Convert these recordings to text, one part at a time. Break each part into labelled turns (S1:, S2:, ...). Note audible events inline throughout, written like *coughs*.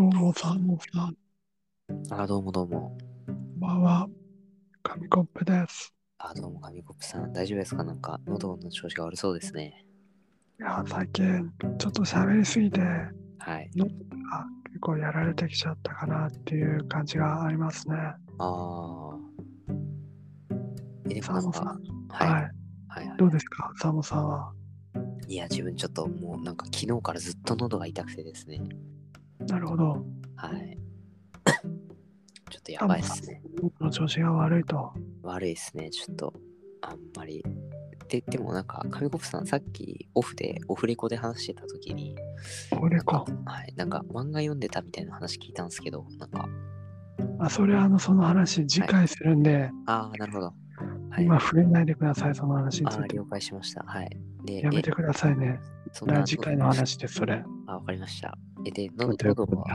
S1: もさんもさん、
S2: あ、どうもどうも。
S1: こんばんは。紙コップです。
S2: あ、どうも、紙コップさん。大丈夫ですかなんか、喉の調子が悪そうですね。
S1: いや、最近、ちょっと喋りすぎて、
S2: はい。
S1: あ結構やられてきちゃったかなっていう感じがありますね。
S2: あー。え、でも
S1: サ
S2: な
S1: ー
S2: ん
S1: モさん
S2: か、はい、
S1: は。
S2: はいい、は
S1: どうですか、サーモさんは。
S2: い。いや、自分ちょっともう、なんか、昨日からずっと喉が痛くてですね。
S1: なるほど。
S2: はい。 *coughs* ちょっとやばいっすね。
S1: 僕の調子が悪いと。
S2: 悪いっすね、ちょっと。あんまり。で、でもなんか、紙コップさん、さっき、オフで、オフレコで話してた時に、
S1: オレ
S2: なん
S1: コ。
S2: かはい、なんか、漫画読んでたみたいな話聞いたんですけど、なんか、
S1: あ、それはあの、その話、次回するんで、
S2: あー、なるほど。はい。
S1: 今触れないでください、その *laughs* 話につ
S2: あ
S1: い
S2: ー
S1: て。
S2: 了解しました。はい。で、
S1: やめて
S2: え
S1: くださいね。
S2: そんな
S1: 次回の。話です、それ。
S2: あ、わかりました。え、で、の
S1: という
S2: 喉
S1: ことで
S2: は、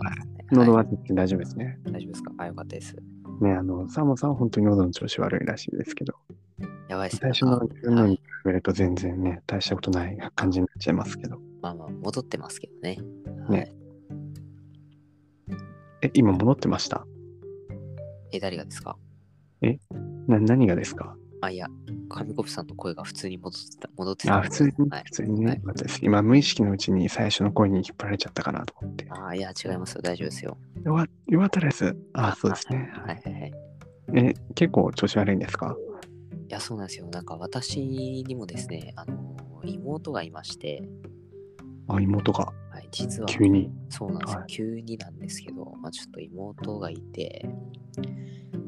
S1: 喉
S2: は
S1: は全然大丈夫ですね。
S2: い、大丈夫ですかあ、よかったです。
S1: ね、あの、サーモさんは本当に喉の調子悪いらしいですけど。
S2: やばいっす
S1: 最
S2: ね。
S1: 初
S2: な
S1: の
S2: んか
S1: 自分の
S2: は
S1: に
S2: い
S1: 比べると全然ね、大したことない感じになっちゃいますけど。
S2: まあまあ、戻ってますけどね。はい、
S1: ねえ、今戻ってました
S2: え、誰がですか
S1: な何がですか
S2: あ、いや、紙コップさんの声が普通に戻ってた。戻ってた
S1: あ、普通に、
S2: はい
S1: 普通に
S2: は
S1: ね
S2: い、
S1: よかったです今無意識のうちに最初の声に引っ張られちゃったかなと思って。よ
S2: あ、いや、違いますよ。大丈夫ですよ。
S1: かよかったです。あ、そうですね。
S2: はいはいはい。い
S1: え、結構調子悪いんですか
S2: や、そうなんですよ。なんか、私にもですね、あの、妹がいまして、
S1: あ、妹が
S2: はい、実は、
S1: 急に。
S2: そうなんですよ、
S1: はい
S2: 急になんですけど、まあ、ちょっと妹がいて、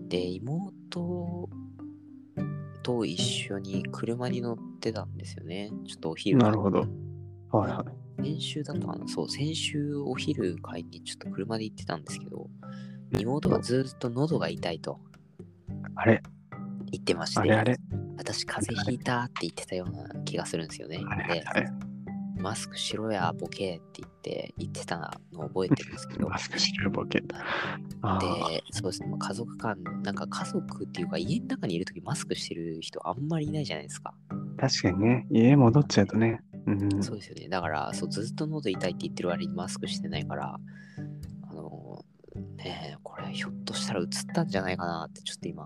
S2: で、妹と一緒に車に乗ってたんですよね。ちょっとお昼。
S1: なるほど。。はいはい。
S2: 先週だったかなそう、先週お昼買いにちょっと車で行ってたんですけど、妹がずっと喉が痛いと
S1: あれ、
S2: 言ってまして、
S1: あれあれ、
S2: 私風邪ひいたって言ってたような気がするんですよね。
S1: あれあ
S2: で
S1: れ、あれ、
S2: マスクしろや、ボケって言って、言ってたのを覚えてるんですけど
S1: マ、スクしてるボケ。あー
S2: で、そうですね、まあ家族間、なんか家族っていうか、家の中にいるときマスクしてる人あんまりいないじゃないですか。
S1: 確かにね、家戻っちゃうとね。うん、
S2: そうですよね。だから、そうずっと喉痛いって言ってる割にマスクしてないから、あのねえ、これ、ひょっとしたら映ったんじゃないかなって、ちょっと今、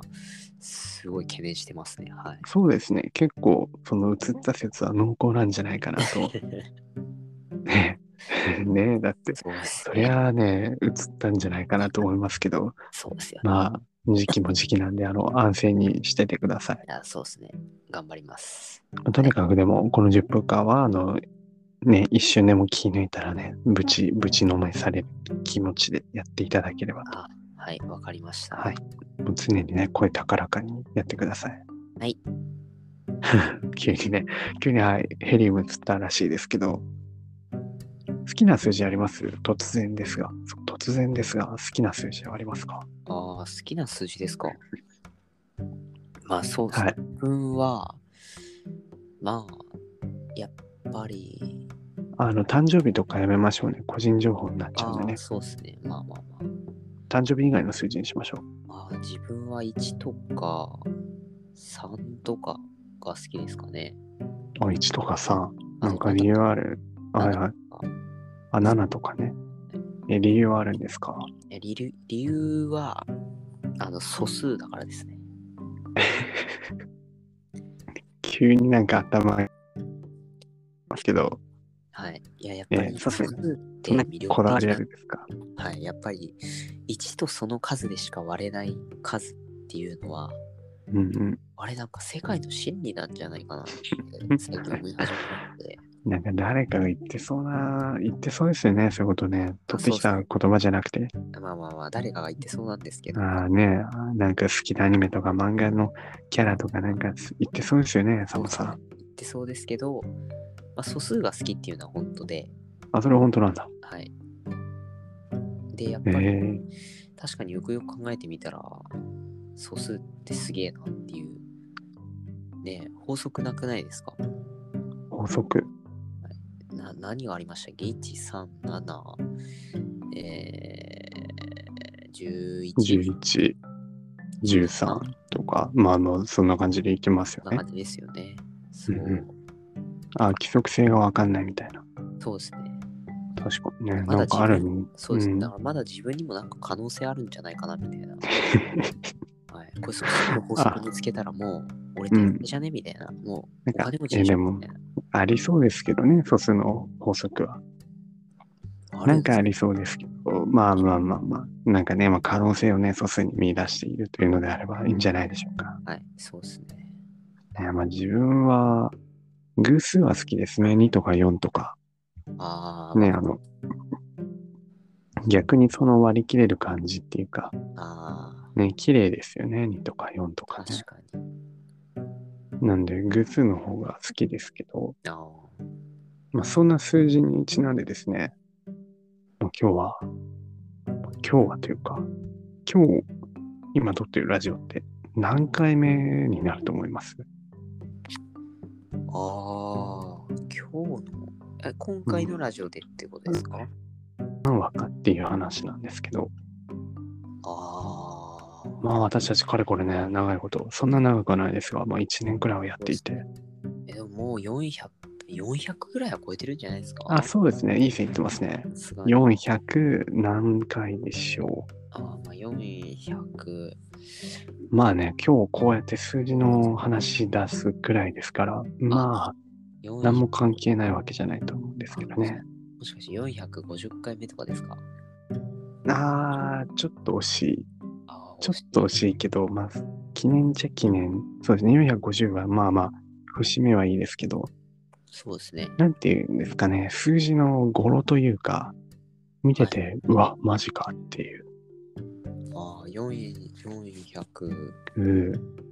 S2: すごい懸念してますね。はい。
S1: そうですね、結構、その移った説は濃厚なんじゃないかな
S2: *laughs*
S1: と。 *laughs* ねえねえ、だって、
S2: そうです
S1: そり
S2: ね。
S1: ゃあね、移ったんじゃないかなと思いますけど、
S2: そうですよね。
S1: まあ、時期も時期なんで、あの、安静にしててください。
S2: いやそうですね。頑張ります。
S1: とにかくでも、この10分間は、あの、ね、一瞬でも気抜いたらね、ぶち、ぶちのめされる気持ちでやっていただければと。
S2: あ、はい、わかりました。
S1: はい。もう常にね、声高らかにやってください。
S2: はい。
S1: *laughs* 急にね、急にはいヘリウム移ったらしいですけど、好きな数字あります突然ですが、そう突然ですが、好きな数字はありますか
S2: ああ、好きな数字ですか。まあそうです
S1: は
S2: ね
S1: い。
S2: 自分は、まあ、やっぱり、
S1: あの、誕生日とかやめましょうね。個人情報になっちゃうん
S2: あ
S1: でね
S2: あ、。そうですね。まあまあま
S1: 誕生日以外の数字にしましょう。
S2: あ。まあ自分は1とか3とかが好きですかね。
S1: あ、1とか3。
S2: あ
S1: なんか理由ある。
S2: な
S1: は
S2: ん
S1: い
S2: か
S1: はい。あ、7とかね。え、理由はあるんですか
S2: え理由理由は、あの、素数だからですね。
S1: 急になんか頭が。ますけど、
S2: はい。いや、やっぱ
S1: え
S2: り
S1: さ
S2: 素
S1: す
S2: 数
S1: が
S2: っ
S1: に
S2: て
S1: そんな
S2: 魅力
S1: こだわりあ
S2: 的な
S1: るんですか
S2: はい、やっぱり1とその数でしか割れない数っていうのは、
S1: うんうん。
S2: あれなんか世界の真理なんじゃないかなって最近思い始めて。
S1: なんか誰かが言ってそうな、言ってそうですよね、そういうことね。取ってきた
S2: そう
S1: 言葉じゃなくて。
S2: まあまあまあ、誰かが言ってそうなんですけど。
S1: ああね、あなんか好きなアニメとか漫画のキャラとかなんか言ってそうですよね、サモさん。
S2: 言ってそうですけど、まあ、素数が好きっていうのは本当で、
S1: あ、それ本当なんだ。
S2: はい。で、やっ
S1: え
S2: ぱ
S1: え
S2: り、確かによくよく考えてみたら、素数ってすげえなっていう。ねえ法則なくないですか
S1: 法則。
S2: な何がありましたっけ ?137、えー、11
S1: 11、13とか、まあ、あの、そんな感じでいきますよ
S2: な
S1: ね。
S2: 感じですよね。そううん
S1: あ、規則性がわかんないみたいな。
S2: そうですね。
S1: 確かにね、
S2: まだ
S1: なんかある意味。
S2: そうですね、
S1: ん *laughs*
S2: だからまだ自分にもなんか可能性あるんじゃないかなみたいな。はい、これそこの法則見つけたらもう俺天才じゃね、みたいな。もうお
S1: なんか
S2: 金持ちでし
S1: えで
S2: ょ
S1: も
S2: みたいな。
S1: ありそうですけどね、素数の法則は。
S2: あ
S1: な
S2: る
S1: ん
S2: で
S1: か
S2: す
S1: ありそうですけど、まあまあまあまあ、なんかね、まあ、可能性をね、素数に見出しているというのであればいいんじゃないでしょうか。
S2: はい、そうですね。
S1: ねまあ、自分は、偶数は好きですね。2とか4とか。
S2: あー、
S1: ね、あの、逆にその割り切れる感じっていうか、
S2: あ
S1: ね、綺麗ですよね。2とか4と
S2: ー、
S1: かね。
S2: 確かに。
S1: なんで、偶数の方が好きですけど、
S2: あー
S1: まあ、そんな数字にちなんでですね、まあ今日は、今日はというか、今日、今撮ってるラジオって何回目になると思います
S2: あー、今日の、え今回のラジオでってことですか、
S1: 何話かっていう話なんですけど、
S2: あー、
S1: まあ私たちかれこれね、長いこと、そんな長くはないですが、まあ1年くらいはやっていて、
S2: えでももう400、400ぐらいは超えてるんじゃないですか
S1: あ、そうですね、いい線いってますね。
S2: さすがに
S1: 400何回でしょ
S2: あー、まあ、400。
S1: う。まあね、今日こうやって数字の話し出すくらいですから、まあ
S2: 400
S1: 何も関係ないわけじゃないと思うんですけどね。
S2: もしかして450回目とかですか
S1: あー、ちょっと惜しい。
S2: あー
S1: ちょっと惜しいけど、まあ、記念じゃ記念。そうですね、450はまあまあ、節目はいいですけど、
S2: そうですね。
S1: なんていうんですかね、数字の語呂というか、見てて、うわ、マジかっていう。
S2: ああ、400、
S1: 450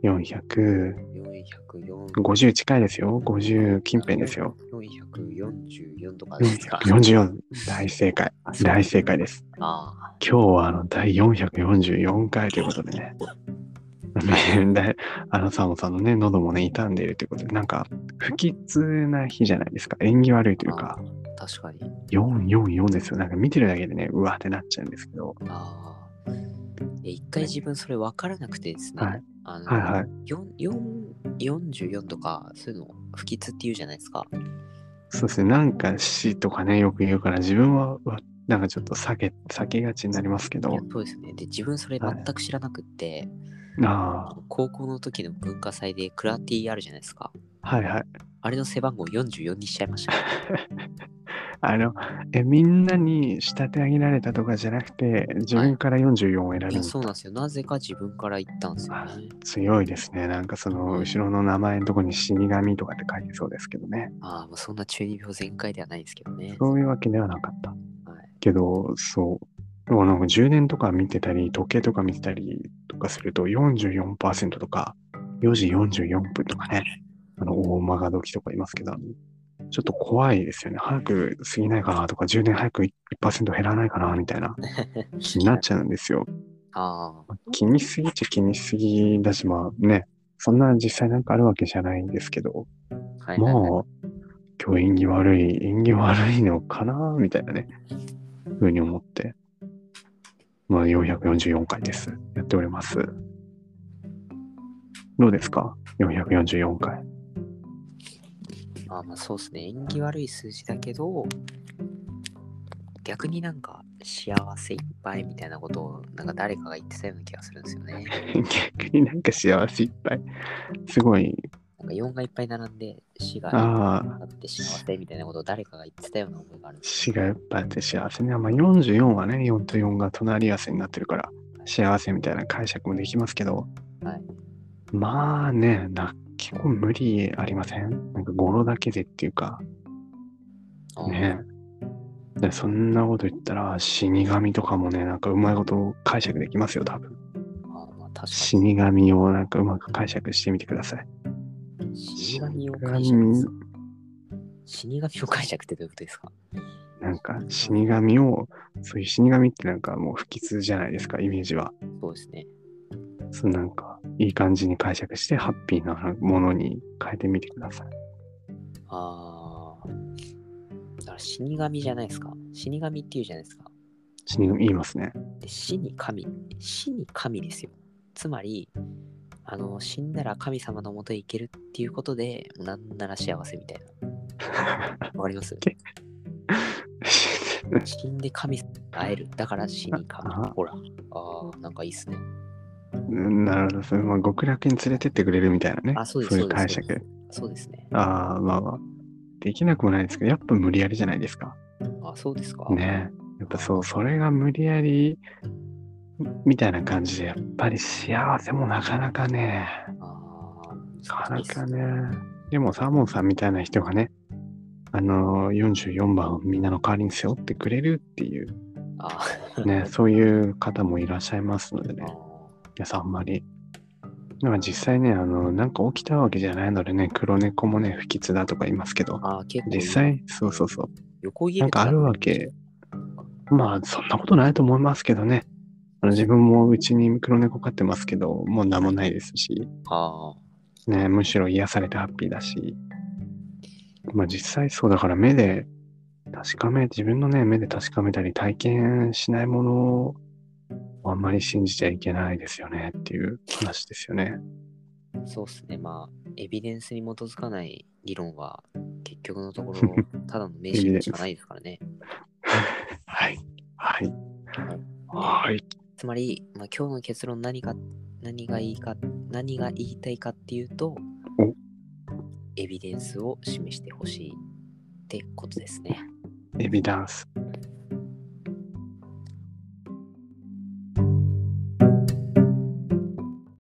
S2: 440、
S1: 近いですよ。50近辺ですよ。
S2: 444とかですか。
S1: 444。大正解。大正解です。
S2: あ
S1: 今日はあの第444回ということでね。であのサモさんのね、喉もね、傷んでいるということで、なんか、不吉な日じゃないですか。縁起悪いというか、
S2: あ、確かに。
S1: 444ですよ。なんか見てるだけでね、うわってなっちゃうんですけど。
S2: ああ。え一回自分それ分からなくてですね。
S1: はい
S2: あの
S1: はいはい。
S2: 四四44とか、そういうの、不吉って言うじゃないですか。
S1: そうですね、なんか死とかね、よく言うから、自分は、うわなんかちょっと避け、避けがちになりますけ
S2: い
S1: ど
S2: や、そうですね。で、自分それ全く知らなくって、
S1: あ
S2: 高校の時の文化祭でクラティあるじゃないですか。
S1: あ、はいはい。
S2: あれの背番号44にしちゃいました。
S1: *laughs* あの、え、みんなに仕立て上げられたとかじゃなくて、自分から44を選
S2: い
S1: び
S2: や、
S1: に
S2: そうなんですよ。なぜか自分から言ったんですよね。
S1: 強いですね。なんかその
S2: うん
S1: 後ろの名前のとこに死神とかって書いてそうですけどね。
S2: ああ、まあ、そんな中二病全開ではないですけどね。
S1: そういうわけではなかった。
S2: はい、
S1: けど、そう。でもなんか10年とか見てたり、時計とか見てたりとかすると44%とか、4時44分とかね、あの、大間が時とかいますけど、ちょっと怖いですよね。早く過ぎないかなとか、10年早く1%減らないかなみたいな気になっちゃうんですよ。
S2: ああ、
S1: 気にすぎっちゃ気にすぎだし、まあね、そんな実際なんかあるわけじゃないんですけど、
S2: はい、はいはい。
S1: もう、今日縁起悪い、縁起悪いのかなみたいなね、ふうに思って、まあ、444回です。やっております。どうですか ?444 回。 *laughs*
S2: ああまあ、そうですね。縁起悪い数字だけど、逆になんか幸せいっぱいみたいなことを、なんか誰かが言ってたような気がするんですよね。
S1: *laughs* 逆になんか幸せいっぱい。すごい、
S2: なんか4がいっぱい並んで、4が
S1: ああ、
S2: あって幸せみたいなことを誰かが言ってたような覚えがあるんです
S1: 死がいっぱいあって幸せね。まあ、44はね、4と4が隣り合わせになってるから、幸せみたいな解釈もできますけど、
S2: はい
S1: まあね、な結構無理ありませんなんか語呂だけでっていうか、
S2: ああ
S1: ねでそんなこと言ったら死神とかもねなんかうまいこと解釈できますよ多分
S2: ああまあ、確か
S1: 死神をなんかうまく解釈してみてください
S2: に。死神を解釈する。死神を解釈ってどういうことですか
S1: なんか死神をそういう死神ってなんかもう不吉じゃないですかイメージは
S2: そうですね。
S1: そのなんかいい感じに解釈してハッピーなものに変えてみてください
S2: ああ。だから死神じゃないですか。死神っていうじゃないですか。
S1: 死神言いますね *laughs*
S2: で死に神。死に神ですよ。つまり、あの、死んだら神様のもとへ行けるっていうことで、
S1: *laughs*
S2: なんなら幸せみたいな。わかります
S1: け
S2: 死んで神様に会える。だから死に神
S1: あ。
S2: ほら。ああ、なんかいいっすね。
S1: うんなるほど。それまあ極楽に連れてってくれるみたいなね。
S2: あそうです
S1: いう解
S2: そうです
S1: 釈。
S2: そうですね。
S1: ああ、まあまあ。できなくもないですけど、やっぱ無理やりじゃないですか。
S2: あそうですか。
S1: ねやっぱそう、それが無理やりみたいな感じで、やっぱり幸せもなかなかね、
S2: あ
S1: な
S2: あ、
S1: か
S2: 難
S1: な
S2: しいっす
S1: かね。でもサーモンさんみたいな人がね、あの、44番をみんなの代わりに背負ってくれるっていう、
S2: あー
S1: ね、そういう方もいらっしゃいますので
S2: あ
S1: ね、
S2: ー
S1: 皆さんあんまり。でも実際ね、あの、なんか起きたわけじゃないのでね、黒猫もね、不吉だとか言いますけど、
S2: あー、結構
S1: 実際、そうそうそう、
S2: 横切れ
S1: なんかあるわけ。まあ、そんなことないと思いますけどね。あの自分もうちに黒猫飼ってますけど、もう何もないですし、
S2: あ
S1: ね、むしろ癒されてハッピーだし。まあ実際そうだから目で確かめ、自分のね、目で確かめたり体験しないものをあんまり信じちゃいけないですよねっていう話ですよね。
S2: あ、そうっすね。まあ、エビデンスに基づかない議論は、結局のと
S1: *laughs*
S2: ころ、ただの迷信しかないですからね。
S1: はい。はい。はい。
S2: つまり、まあ、今日の結論何か、何がいいか、何が言いたいかっていうと
S1: お、
S2: エビデンスを示してほしいってことですね。
S1: エビダンス。